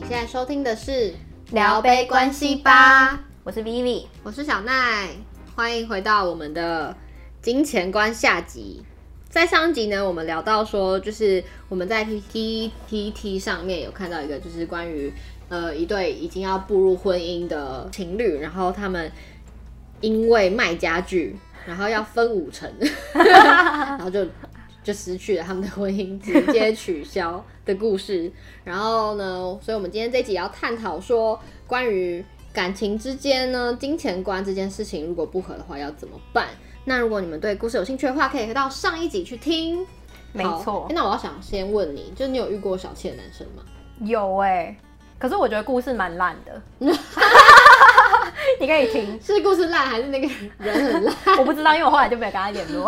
现在收听的是《聊杯关系吧》，我是 Vivi，我是小奈，欢迎回到我们的金钱观下集。在上一集呢，我们聊到说，就是我们在 P T P T 上面有看到一个，就是关于呃一对已经要步入婚姻的情侣，然后他们因为卖家具，然后要分五成，然后就就失去了他们的婚姻，直接取消的故事。然后呢，所以我们今天这集要探讨说，关于感情之间呢，金钱观这件事情，如果不合的话要怎么办？那如果你们对故事有兴趣的话，可以回到上一集去听。没好错诶那我要想先问你，就你有遇过小气的男生吗？有哎、可是我觉得故事蛮烂 的，你可以听，是故事烂还是那个人很 烂？我不知道，因为我后来就没有跟他联 络。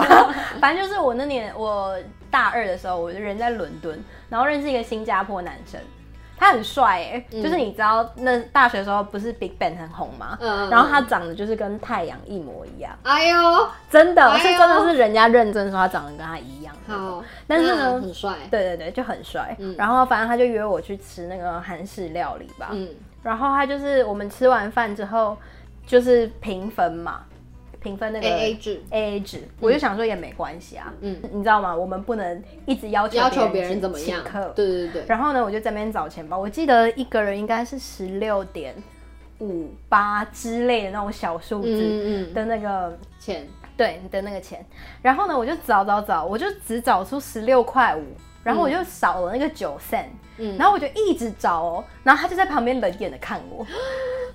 反正就是我那年我大二的时候，我人在伦敦，然后认识一个新加坡男生，他很帅哎、嗯就是你知道那大学的时候不是 Big Bang 很红吗？嗯然后他长得就是跟太阳一模一样，哎呦，真的哎呦是真的是人家认真说他长得跟他一样。好，但是那呢很帅，对对对，就很帅。嗯然后反正他就约我去吃那个韩式料理吧。嗯，然后他就是我们吃完饭之后就是平分嘛，平分那个 A 嗯 A 制， A A 制，我就想说也没关系啊，嗯嗯，你知道吗？我们不能一直要求要求别人怎么请样客？，对对对，然后呢，我就在那边找钱包，我记得一个人应该是十六点五八之类的那种小数字嗯嗯嗯，的那个，钱，对的那个钱。然后呢，我就找找找，我就只找出十六块五，然后我就少了那个九 cent，嗯，然后我就一直找哦，然后他就在旁边冷眼的看 我，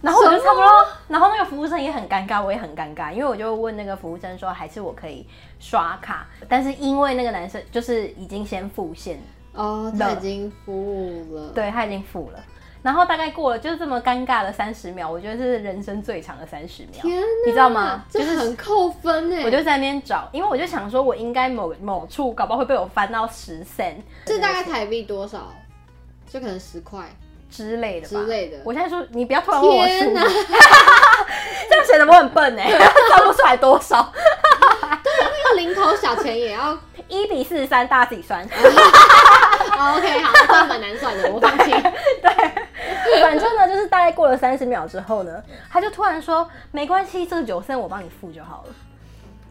然后我就差不多，然后那个服务生也很尴尬，我也很尴尬，因为我就问那个服务生说，还是我可以刷卡，但是因为那个男生就是已经先付现，哦，他已经服务了，，对他已经付了。然后大概过了就是这么尴尬的三十秒，我觉得是人生最长的三十秒，天哪，你知道吗？这很扣分哎，我就在那边找，因为我就想说，我应该某某处搞不好会被我翻到十 cent 这大概台币多少？就可能十块，之类的吧之类的我现在说，你不要突然问我数天目哪，这样显得我很笨 哎、算不出来多少，那个零头小钱也要一比四十三，大家自己算。 哦，OK，好，这样蛮难算的，我放 弃。反正呢，就是大概过了三十秒之后呢，他就突然说，没关系，这个九升我帮你付就好了。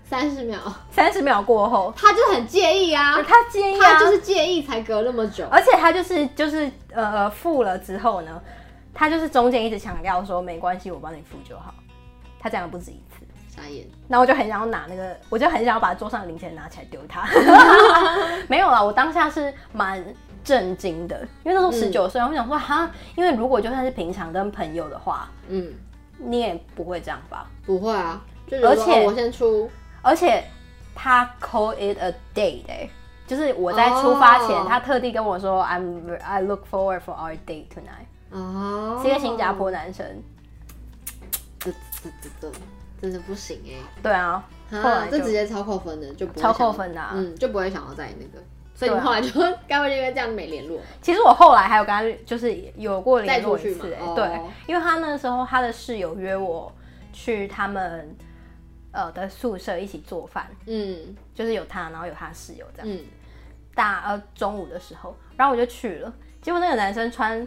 三十秒，三十秒过后，他就很介意啊，他建议啊，他就是介意才隔那么久。而且他就是就是呃付了之后呢，他就是中间一直强调说没关系，我帮你付就好。他讲了不止一次，傻眼，然后我就很想要拿那个，我就很想要把桌上的零钱拿起来丢 他。没有啦，我当下是蛮震惊的，因为那时候十嗯九岁，我想说哈，因为如果就算是平常跟朋友的话，嗯，你也不会这样吧？不会啊，就觉得说而且哦我先出，而且他 call it a date 哎、就是我在出发前哦他特地跟我说 I'm I look forward for our date tonight。哦，是一个新加坡男生。这，这这这这真的不行哎、对啊，欸，后来啊，就这直接超扣分的，就不会超想扣分的啊嗯，就不会想要再那个，所以对你啊们后来就 该不会就因为这样没联络？其实我后来还有跟他就是有过联络再一出去次、嘛欸，哦对，因为他那时候他的室友约我去他们呃的宿舍一起做饭，嗯就是有他，然后有他室友这样，嗯，大呃中午的时候，然后我就去了，结果那个男生穿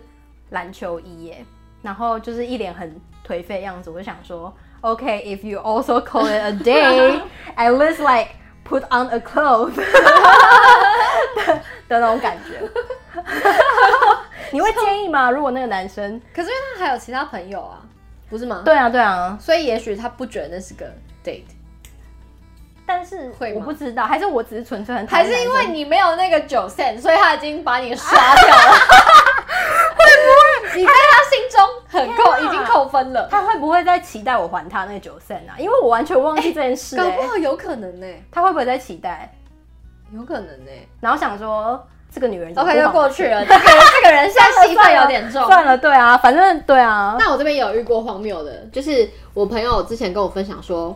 篮球衣耶、然后就是一脸很颓废的样子，我就想说，OK，if、you also call it a day，at least like put on a cloth 的的那种感觉。 你会介意吗？如果那个男生，可是因为他还有其他朋友啊，不是吗？对啊对啊，所以也许他不觉得那是个 date，但是会吗我不知道，还是我只是纯粹很讨还厌是因男为生你没有那个九 cent，所以他已经把你啊刷掉了。会不会？你在他心中很扣，天啊已经扣分了。 他会不会在期待我还他那个九 cent 啊？因为我完全忘记这件 事、欸，搞不好有可能呢、他会不会在期待？有可能呢、然后想说这个女人怎么 OK，不就好过去 了。这个这个人现在戏份有点重。算了，对啊，反正对啊，那我这边也有遇过荒谬的，就是我朋友之前跟我分享说，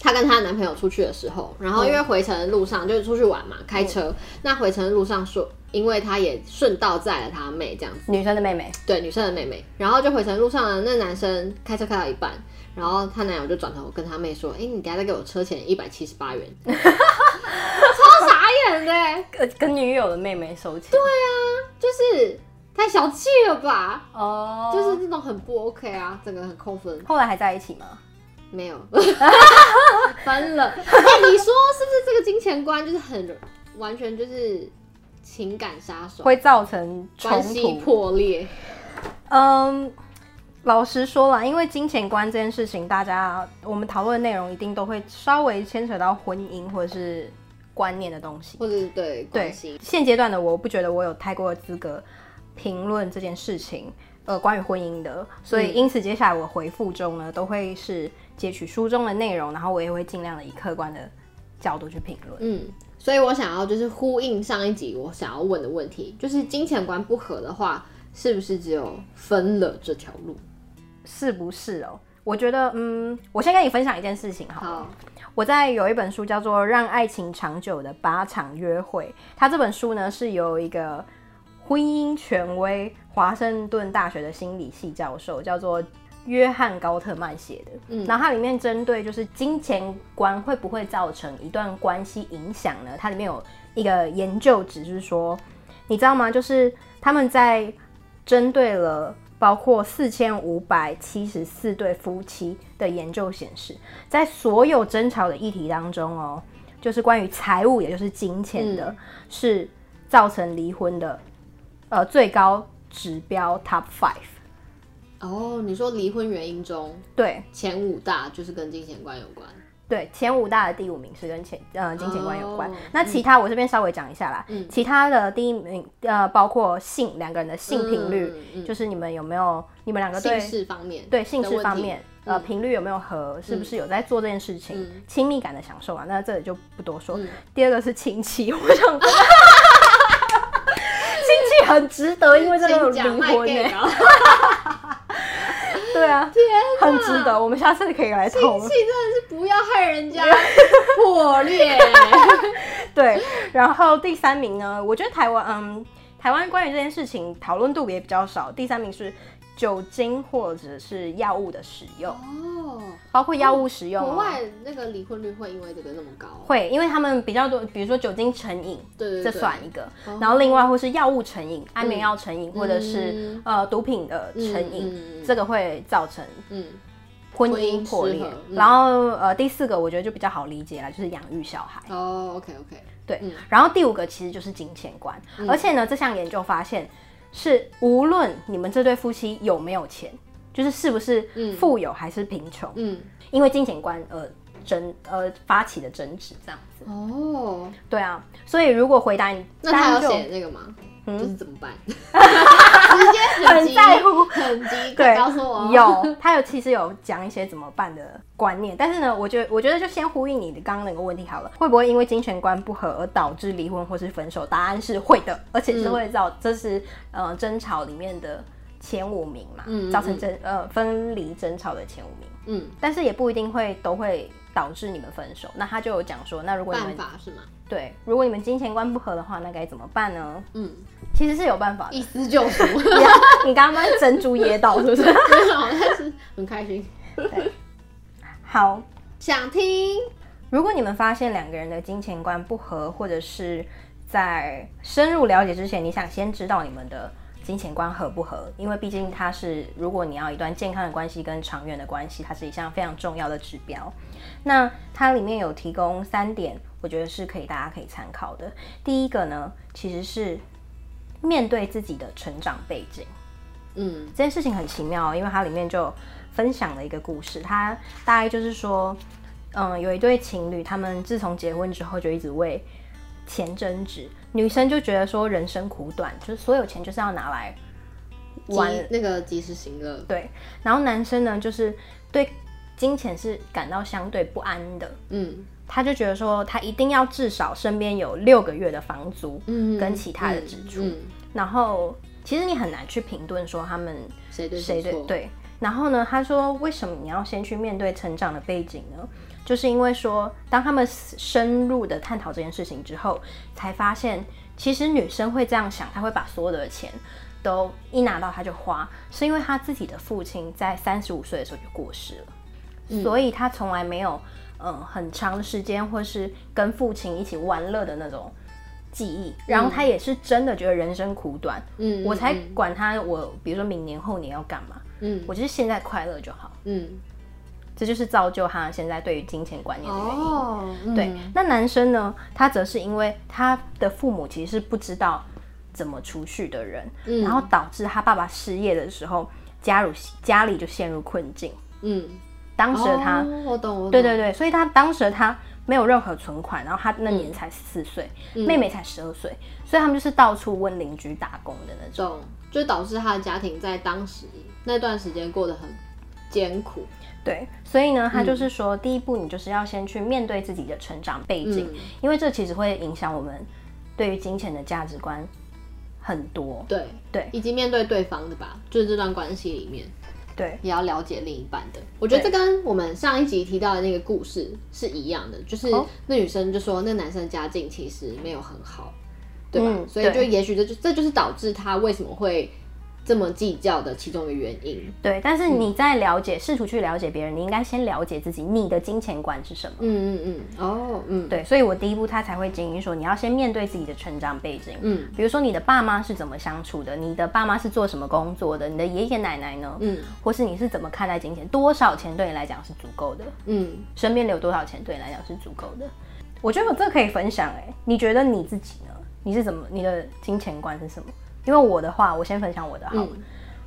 她跟她男朋友出去的时候，然后因为回程的路上就是出去玩嘛，开车，那回程的路上说，因为她也顺道载了她妹这样子，女生的妹妹，对，女生的妹妹，然后就回程路上呢，那男生开车开到一半。然后她男友就转头跟她妹说：“哎、你等一下再给我车钱一百七十八元，超傻眼的、欸呃跟跟女友的妹妹收钱，对，就是太小气了吧？哦就是那种很不 OK 啊，整个很扣分。后来还在一起吗？没有， 分了。哎、你说是不是这个金钱观就是很完全就是情感杀手，会造成冲关系突？破裂？嗯，老实说啦，因为金钱观这件事情，大家我们讨论的内容一定都会稍微牵扯到婚姻或者是观念的东西。或者是对对关系，现阶段的我不觉得我有太过的资格评论这件事情，呃，关于婚姻的，所以嗯因此接下来我回复中呢，都会是截取书中的内容，然后我也会尽量的以客观的角度去评论。嗯，所以我想要就是呼应上一集我想要问的问题，就是金钱观不合的话，是不是只有分了这条路？是不是哦？我觉得，嗯，我先跟你分享一件事情好了。好，我在有一本书叫做《让爱情长久的八场约会》，它这本书呢是由一个婚姻权威华盛顿大学的心理系教授叫做约翰高特曼写的。嗯，然后它里面针对就是金钱观会不会造成一段关系影响呢？它里面有一个研究只是说，你知道吗？就是他们在针对了包括四千五百七十四对夫妻的研究显示，在所有争吵的议题当中哦，就是关于财务，也就是金钱嗯的，是造成离婚的呃最高指标 Top Five。哦，你说离婚原因中对前五大就是跟金钱观有关，对，前五大的第五名是跟钱呃金钱观有关。哦那其他我这边稍微讲一下啦，嗯其他的第一名呃包括性两个人的性频率，嗯嗯就是你们有没有你们两个对姓氏方面，对性事方面，呃，嗯频率有没有合，是不是有在做这件事情，嗯亲密感的享受啊？那这里就不多说。嗯第二个是亲戚，我想 说，亲戚很值得，因为真的有先离讲卖婚给呢，啊，对啊，很值得。我们下次可以来讨亲戚论。真的是不要害人家破裂，对，然后第三名呢，我觉得台湾，嗯，台湾关于这件事情讨论度也比较少。第三名是酒精或者是药物的使用，哦。包括药物使用、国哦。外那个离婚率会因为这个那么高哦？会，因为他们比较多，比如说酒精成瘾，对对这对算一个哦。然后另外或是药物成瘾、安眠药成瘾，或者是嗯呃毒品的成嗯瘾嗯，这个会造成嗯，婚婚姻姻破失裂和。嗯然后呃第四个我觉得就比较好理解了，就是养育小孩。哦，OK OK，对嗯，然后第五个其实就是金钱观，而且呢这项研究发现是无论你们这对夫妻有没有钱，就是是不是嗯富有还是贫穷，嗯，因为金钱观而争而发起的争执这样子。哦，对啊，所以如果回答你，那他有单就写那个吗？嗯就是怎么 办？直接很急很在乎很急，对快告诉我。，哦有，他有其实有讲一些怎么办的观念，但是呢，我觉得我觉得就先呼应你的刚刚那个问题好了，会不会因为金钱观不合而导致离婚或是分手？答案是会的，而且是会造，这是呃争吵里面的前五名嘛，嗯嗯造成争呃分离争吵的前五名，嗯，但是也不一定会都会导致你们分手。那他就有讲说，那如果你办们法是吗？对，如果你们金钱观不合的话，那该怎么办呢？嗯，其实是有办 法的。一丝就服，没你刚刚被珍珠噎到是 不是？有，但是很开心。好，想听，如果你们发现两个人的金钱观不合，或者是在深入了解之前，你想先知道你们的金钱观合不合，因为毕竟它是如果你要一段健康的关系跟长远的关系，它是一项非常重要的指标。那它里面有提供三点，我觉得是可以大家可以参考的。第一个呢，其实是面对自己的成长背景。嗯这件事情很奇妙哦，因为它里面就分享了一个故事，它大概就是说，嗯，有一对情侣，他们自从结婚之后就一直为钱争执，女生就觉得说人生苦短，就是所有钱就是要拿来及玩，那个及时行乐，对，然后男生呢就是对金钱是感到相对不安的，嗯他就觉得说他一定要至少身边有六个月的房租，嗯，跟其他的支出嗯，然后其实你很难去评论说他们谁对谁对错？，对。然后呢，他说为什么你要先去面对成长的背景呢？就是因为说，当他们深入的探讨这件事情之后，才发现其实女生会这样想，她会把所有的钱都一拿到她就花，是因为她自己的父亲在三十五岁的时候就过世了，所以她从来没有嗯、呃很长的时间或是跟父亲一起玩乐的那种记忆，然后他也是真的觉得人生苦短，嗯，我才嗯管他我比如说明年后年要干嘛，嗯我就是现在快乐就好，嗯这就是造就他现在对于金钱观念的原因。哦，嗯对，那男生呢，他则是因为他的父母其实是不知道怎么储蓄的人，嗯然后导致他爸爸失业的时候，家里家里就陷入困境。嗯，当时的他，哦我懂我懂，对对对，所以他当时的他没有任何存款，然后他那嗯年才四岁，妹妹才十二岁，所以他们就是到处问邻居打工的那种。懂，就导致他的家庭在当时那段时间过得很艰苦，对，所以嗯呢，他就是说，第一步你就是要先去面对自己的成长背景，嗯因为这其实会影响我们对于金钱的价值观很多。对对以及面对对方的吧，就是这段关系里面对也要了解另一半的。我觉得这对跟我们上一集提到的那个故事是一样的，就是哦那女生就说那男生家境其实没有很好，对吧？嗯所以就对也许这就这就是导致他为什么会这么计较的其中一个原因。对，但是你在了解，试图去了解别人，你应该先了解自己，你的金钱观是什么。嗯嗯嗯，哦，嗯，，对，所以我第一步他才会建议说，你要先面对自己的成长背景，嗯比如说你的爸妈是怎么相处的，你的爸妈是做什么工作的，你的爷爷奶奶呢，嗯或是你是怎么看待金钱，多少钱对你来讲是足够的，嗯，身边留多少钱对你来讲是足够的。我觉得我这可以分享哎、你觉得你自己呢？你是怎么？你的金钱观是什么？因为我的话，我先分享我的好了。嗯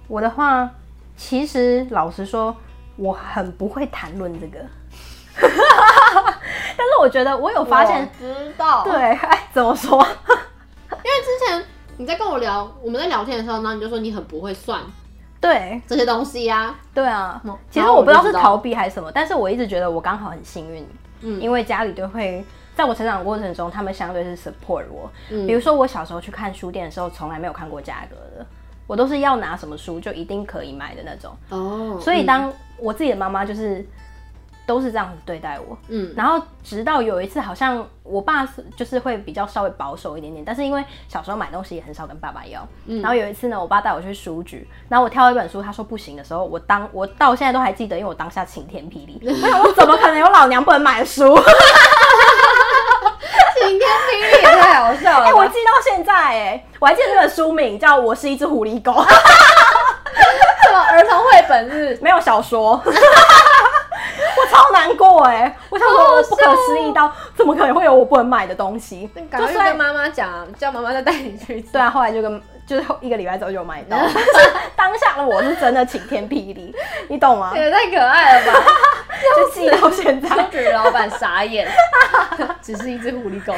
我的话，其实老实说，我很不会谈论这个。 但是我觉得我有发现，知道，对，哎，怎么说？ 因为之前你在跟我聊，我们在聊天的时候，然后你就说你很不会算对，这些东西呀、对啊嗯。其实然后我我不知就道知是道逃避还是什么，但是我一直觉得我刚好很幸运，嗯因为家里就会在我成长过程中，他们相对是 support 我。嗯比如说我小时候去看书店的时候，从来没有看过价格的，我都是要拿什么书就一定可以买的那种。哦，所以当我自己的妈妈就是都是这样子对待我，嗯然后直到有一次，好像我爸是就是会比较稍微保守一点点，但是因为小时候买东西也很少跟爸爸要。然后有一次呢，我爸带我去书局，然后我挑一本书，他说不行的时候，我当我到现在都还记得，因为我当下晴天霹雳，我想说怎么可能有老娘不能买的书？晴天霹雳也太 好笑哎、了吧。我记到现在哎、我还记得这本书名叫《我是一只狐狸狗》， 什么儿童绘本是？没有小说。 我超难过哎、我想好说好我不可思议到，怎么可能会有我不能买的东西？那赶就快虽去跟然妈妈讲啊，叫妈妈再带你去吃。对啊，后来就跟就是一个礼拜之后就有买到，但是当下的我是真的晴天霹雳，你懂吗？ 也太可爱了吧！就记到现在书。局老板傻眼， 只是一只狐狸狗，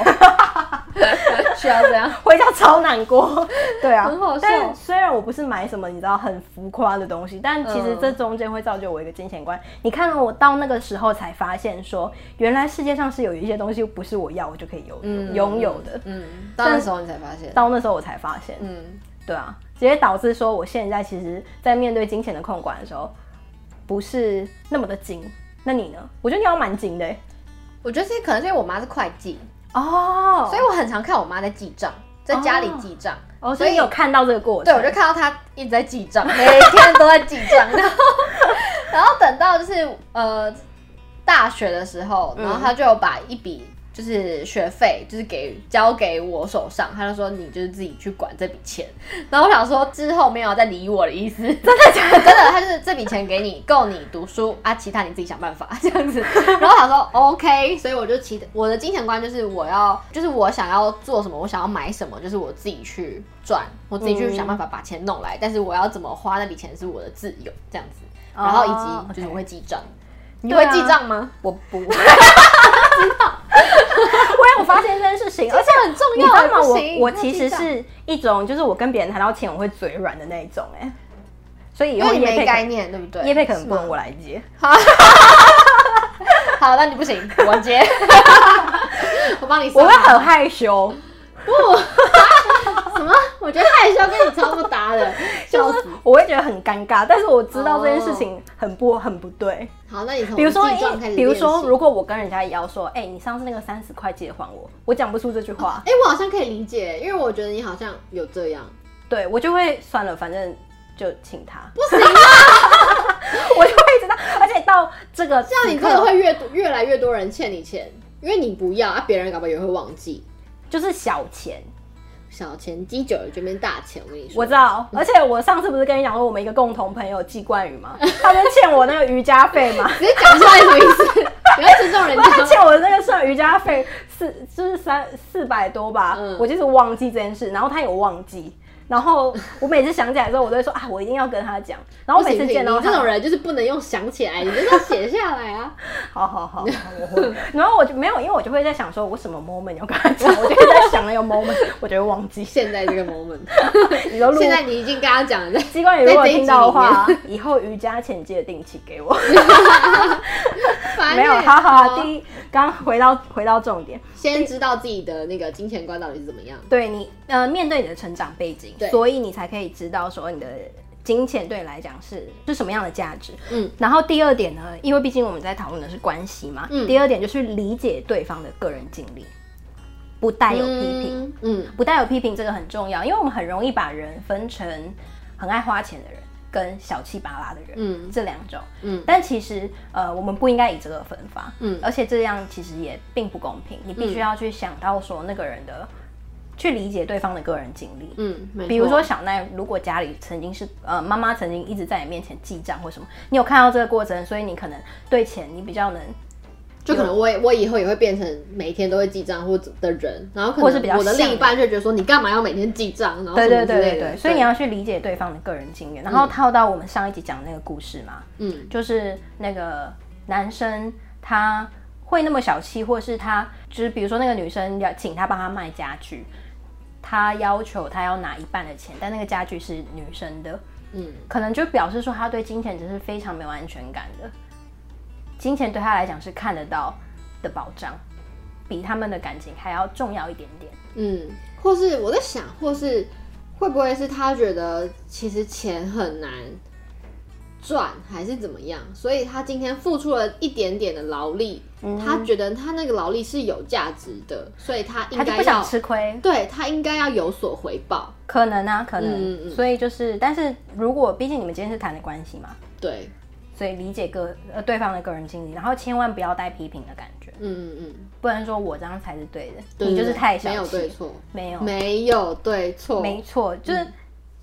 需要这样。回家超难过，对啊，很好笑但虽然我不是买什么你知道很浮夸的东西，但其实嗯这中间会造就我一个金钱观。你看哦我到那个时候才发现说，原来世界上是有一些东西不是我要我就可以拥有、拥有的。嗯，到那时候你才发现，到那时候我才发现，嗯，对啊，直接导致说我现在其实，在面对金钱的控管的时候，不是那么的精。那你呢？我觉得你要蛮精的欸我觉得是可能是因为我妈是会计，哦所以我很常看我妈在记账，在家里记账。哦，所以你有看到这个过程，对，我就看到她一直在记 账，每天都在记账。然后，然后等到就是呃大学的时候，嗯然后她就有把一笔。就是学费，就是给交给我手上，她就说你就是自己去管这笔钱。然后我想说之后没有要再理我的意思， 真的假的？真的，他就是这笔钱给你够你读书啊，其他你自己想办法这样子。然后我想说 OK，所以我就其我的金钱观就是我要就是我想要做什么，我想要买什么，就是我自己去赚，我自己去想办法把钱弄来。但是我要怎么花那笔钱是我的自由这样子。哦然后以及就是 OK 我会记账，你对会啊记账吗？我 不会。 我有发现这件事 情，而且很重你知要，哎道吗？不我行我要其记实账是一种，就是我跟别人谈到钱，我会嘴软的那一种，哎，所以以因后为你叶没佩概可念，对不对？叶佩可能不是能吗我来接， 好，那你不 行，我 接，我帮你收我好。会很害羞，什么？我觉得害羞跟你超不搭的， 就笑是死。我会觉得很尴尬，但是我知道这件事哦情很不很不对。好，那你从比如说记账开，始比如说，练习如果我跟人家也要说，哎、你上次那个三十块记得还我，我讲不出这句哦话，哎、我好像可以理解，因为我觉得你好像有这样，对我就会算了，反正就请他。 不行啊！我就会知道，而且到这个这样你此真的刻会越多越来越多人欠你钱，因为你不要啊，别人搞不好也会忘记。就是小钱。小钱积久了就变大钱，我跟你说。我知道，而且我上次不是跟你讲说我们一个共同朋友季冠宇吗？ 他不是欠我那个瑜伽费 吗？直接讲出来什么意思？ 不要尊重人他家。欠我那个算瑜伽费四就是三四百多吧，嗯我就是忘记这件事，然后他有忘记，然后我每次想起来之后，我都会说啊，我一定要跟他讲，然后不我每行不次行，见你到他，这种人就是不能用想起来，你就是要写下来啊。好好好，好 我 会。然后我就没有，因为我就会在想说，我什么 moment 要跟他讲，我就会在想那 个 moment，我就会忘记。现在这个 moment，你 都录现在你已经跟他讲了， 机关宇如果在这一集听到的话，以后瑜伽前记得定期给我。烦没有，欸好好好，第一，刚回到回到重点，先知道自己的那个金钱观到底是怎么样。对你呃，面对你的成长背景对，所以你才可以知道说你的金钱对你来讲是是什么样的价值。嗯，然后第二点呢，因为毕竟我们在讨论的是关系嘛，嗯第二点就是理解对方的个人经历，不带有批评。嗯，嗯，不带有批评，这个很重要，因为我们很容易把人分成很爱花钱的人跟小气巴拉的人，嗯这两种，嗯但其实呃，我们不应该以这个分法，嗯而且这样其实也并不公平，你必须要去想到说那个人的，去理解对方的个人经历，嗯，没错比如说，小奈，如果家里曾经是呃妈妈曾经一直在你面前记账或什么，你有看到这个过程，所以你可能对钱你比较能就可能我也我以后也会变成每天都会记账或者的人，然后可或是比较能我的像另一半就觉得说你干嘛要每天记账，然后什对对么之对类对对，的。所以你要去理解对方的个人经验，然后套到我们上一集讲的那个故事嘛，嗯就是那个男生他会那么小气，或是他就是比如说那个女生要请他帮他卖家具，他要求他要拿一半的钱，但那个家具是女生的，嗯，可能就表示说他对金钱只是非常没有安全感的，金钱对他来讲是看得到的保障，比他们的感情还要重要一点点。嗯，或是我在想，或是会不会是他觉得其实钱很难赚，还是怎么样？所以他今天付出了一点点的劳力，嗯他觉得他那个劳力是有价值的，所以他应他就该不想要吃亏，对他应该要有所回报。可能啊，可能。嗯嗯嗯所以就是，但是如果毕竟你们今天是谈的关系嘛，对，所以理解个呃对方的个人经历，然后千万不要带批评的感觉，嗯嗯嗯，不能说我这样才是对的，对你就是太小没有气，对错，没有，没有对错，没错，就是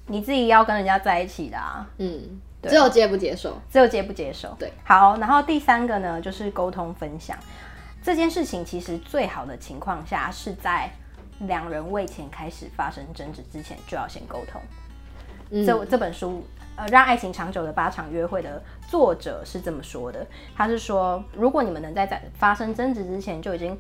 你自己要跟人家在一起的啊，嗯，只有接不接受，只有接不接受。对，好，然后第三个呢，就是沟通分享这件事情，其实最好的情况下是在两人为钱开始发生争执之前就要先沟通。嗯这这本书呃，让爱情长久的八场约会的作者是这么说的，他是说，如果你们能在在发生争执之前就已经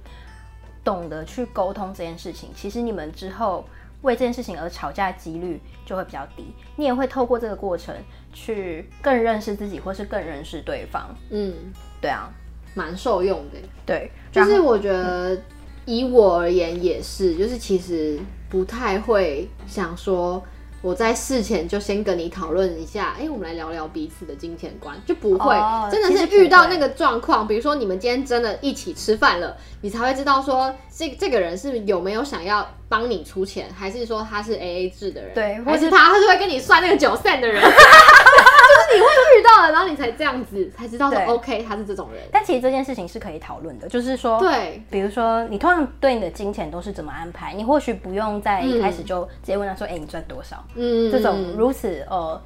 懂得去沟通这件事情，其实你们之后为这件事情而吵架的几率就会比较低，你也会透过这个过程去更认识自己，或是更认识对方。嗯，对啊，蛮受用的。对，就然后是我觉得以我而言也是，就是其实不太会想说我在事前就先跟你讨论一下，哎、我们来聊聊彼此的金钱观，就不会、哦真的其实是不会遇到那个状况，比如说你们今天真的一起吃饭了，你才会知道说这这个人是有没有想要帮你出钱，还是说他是 A A 制的人，对或或是是他他是会跟你算那个九 cent 的人。 就是你会遇到了，然后你才这样子，才知道说对 OK，他是这种人。但其实这件事情是可以讨论的，就是说，对，比如说你通常对你的金钱都是怎么安排，你或许不用在一开始就直接问他说，哎、你赚多少？嗯，这种如此呃，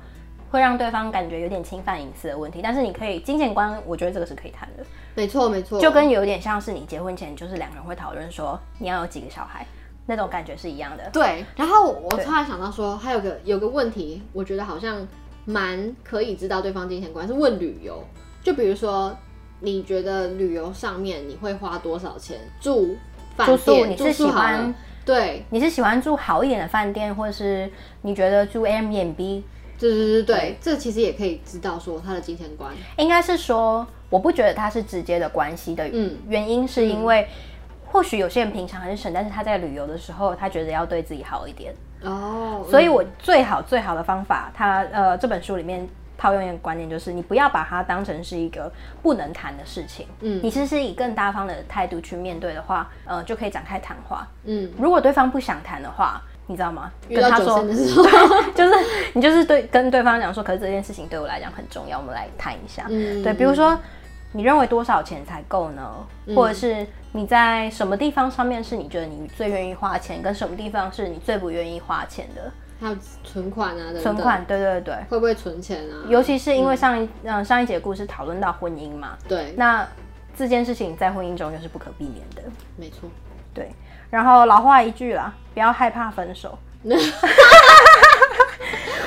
会让对方感觉有点侵犯隐私的问题，但是你可以金钱观，我觉得这个是可以谈的，没错没错，就跟有点像是你结婚前就是两个人会讨论说你要有几个小孩那种感觉是一样的。对。然后我对突然想到说，还有个有个问题，我觉得好像蛮可以知道对方金钱观，是问旅游。就比如说，你觉得旅游上面你会花多少钱？住饭住店宿你是喜好欢了，对你是喜欢住好一点的饭店，或是你觉得住 Airbnb 对对对对，这其实也可以知道说他的金钱观。应该是说，我不觉得它是直接的关系的嗯原因，是因为、或许有些人平常很省，但是他在旅游的时候，他觉得要对自己好一点。哦，所以嗯我最好最好的方法，它呃这本书里面套用一个观念，就是你不要把它当成是一个不能谈的事情。嗯你其实是以更大方的态度去面对的话，呃，就可以展开谈话。嗯，如果对方不想谈的话，你知道吗？遇到跟他九说生的 时候，就是你就是对跟对方讲说，可是这件事情对我来讲很重要，我们来谈一下。嗯对，比如说你认为多少钱才够呢？或者是你在什么地方上面是你觉得你最愿意花钱，跟什么地方是你最不愿意花钱的？还有存款啊，等等存款，对对对，会不会存钱啊？尤其是因为上一嗯、上一节故事讨论到婚姻嘛，对，那这件事情在婚姻中又是不可避免的。没错，对，然后老话一句啦，不要害怕 分手。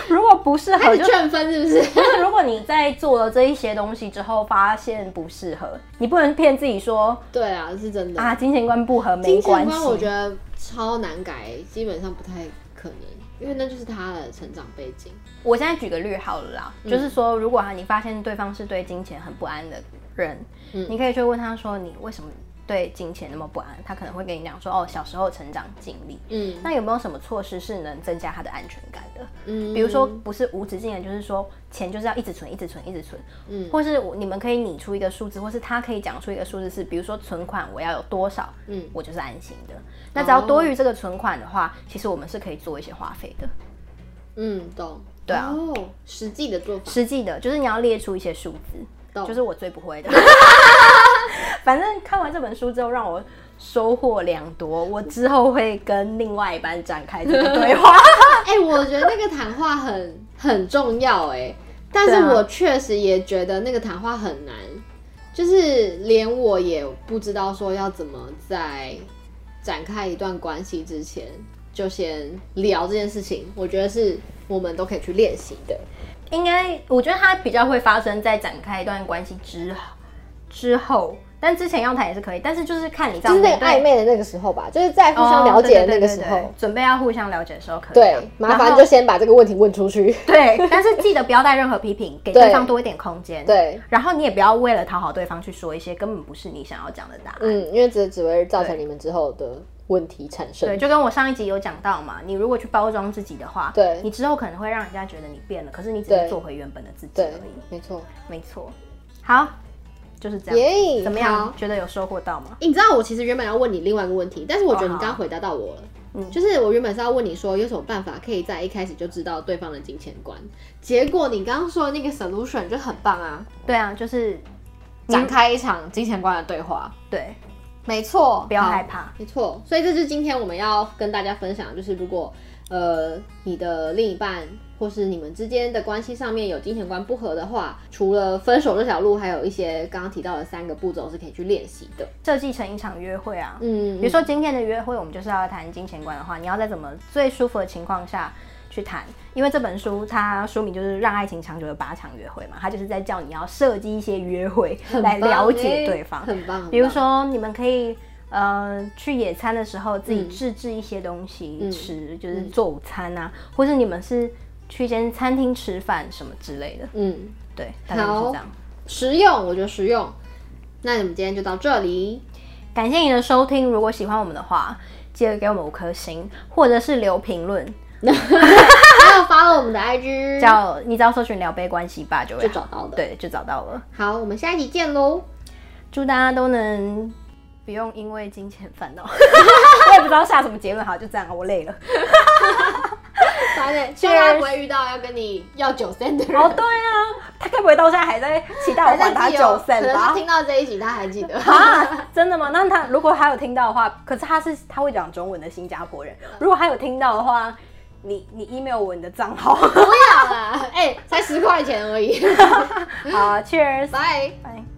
如果不适合开就始劝分是不是？ 但是如果你在做了这一些东西之后，发现不适合，你不能骗自己说对啊，是真的。啊，金钱观不合没金关钱系。观我觉得超难改，基本上不太可能，因为那就是他的成长背景。我现在举个例好了啦，嗯就是说，如果你发现对方是对金钱很不安的人，嗯你可以去问他说你为什么对金钱那么不安，他可能会跟你讲说哦，小时候成长经历。嗯那有没有什么措施是能增加他的安全感的？嗯，比如说，不是无止境的，就是说钱就是要一直存、一直存、一直存，嗯或是我你们可以拟出一个数字，或是他可以讲出一个数字是，比如说存款我要有多少，嗯哦我就是安心的。那只要多于这个存款的话，其实我们是可以做一些花费的。嗯，懂。对啊哦，实际的做法，实际的，就是你要列出一些数字，懂就是我最不会的。 反正看完这本书之后，让我收获良多。我之后会跟另外一半展开这个对话。 哎、我觉得那个谈话很很重要哎、但对是啊我确实也觉得那个谈话很难，就是连我也不知道说要怎么在展开一段关系之前就先聊这件事情，我觉得是我们都可以去练习的。应该，我觉得它比较会发生在展开一段关系之之后，但之前要谈也是可以，但是就是看你这就样哦是那个暧昧的那个时候吧，就是在互哦相了解的那个时候，准备要互相了解的时候可以、啊。对，麻然烦后就先把这个问题问出去，对，但是记得不要带任何批评，给对对方多一点空间。，对，然后你也不要为了讨好对方去说一些根本不是你想要讲的答案。嗯，因为这只会造成对你们之后的问题产生对，，就跟我上一集有讲到嘛，你如果去包装自己的话，对你之后可能会让人家觉得你变了，可是你只是对做回原本的自己而对已。，没错，没错，好，就是这样。耶怎么好样？觉得有收获到吗？欸你知道我其实原本要问你另外一个问题，但是我觉得你刚刚回答到我哦了。嗯就是我原本是要问你说有什么办法可以在一开始就知道对方的金钱观，结果你刚刚说的那个 solution 就很棒啊，对啊，就是展开一场金钱观的对话，对，没错，不要好害怕。没错，所以这就是今天我们要跟大家分享的，就是如果呃你的另一半或是你们之间的关系上面有金钱观不合的话，除了分手这条路，还有一些刚刚提到的三个步骤是可以去练习的。设计成一场约会啊，嗯比如说今天的约会，我们就是要谈金钱观的话，你要在怎么最舒服的情况下去谈？因为这本书它书名就是《让爱情长久的八场约会》嘛，它就是在叫你要设计一些约会来了解对方。哎很棒。很棒比如，说，你们可以呃去野餐的时候自己嗯自制一些东西嗯吃，就是做午餐啊，或是你们是去一间餐厅吃饭什么之类的，嗯，对，大概就是好这样。实用，我觉得实 用。那我们今天就到这里，感谢你的收听，如果喜欢我们的话，记得给我们五颗星，或者是留评论，还有 follow 我们的 IG，叫你只要搜寻“聊杯关系吧”就会就好找到的。，对，就找到了。好，我们下一集见喽。祝大家都能不用因为金钱烦 恼。我也不知道下什么结论，好，就这样，啊我累了。反正希望他不会遇到要跟你要九三的 哦，对啊，他该不会到现在还在期待我还他九哦可分能他吧？听到这一集，他还记 得。啊，真的吗？那他如果他有听到的话，可是他是他会讲中文的新加坡人，如果他有听到的话，你你 email 我你的账 号。不要啦，哎、才十块钱而已。 好，Cheers，拜。拜。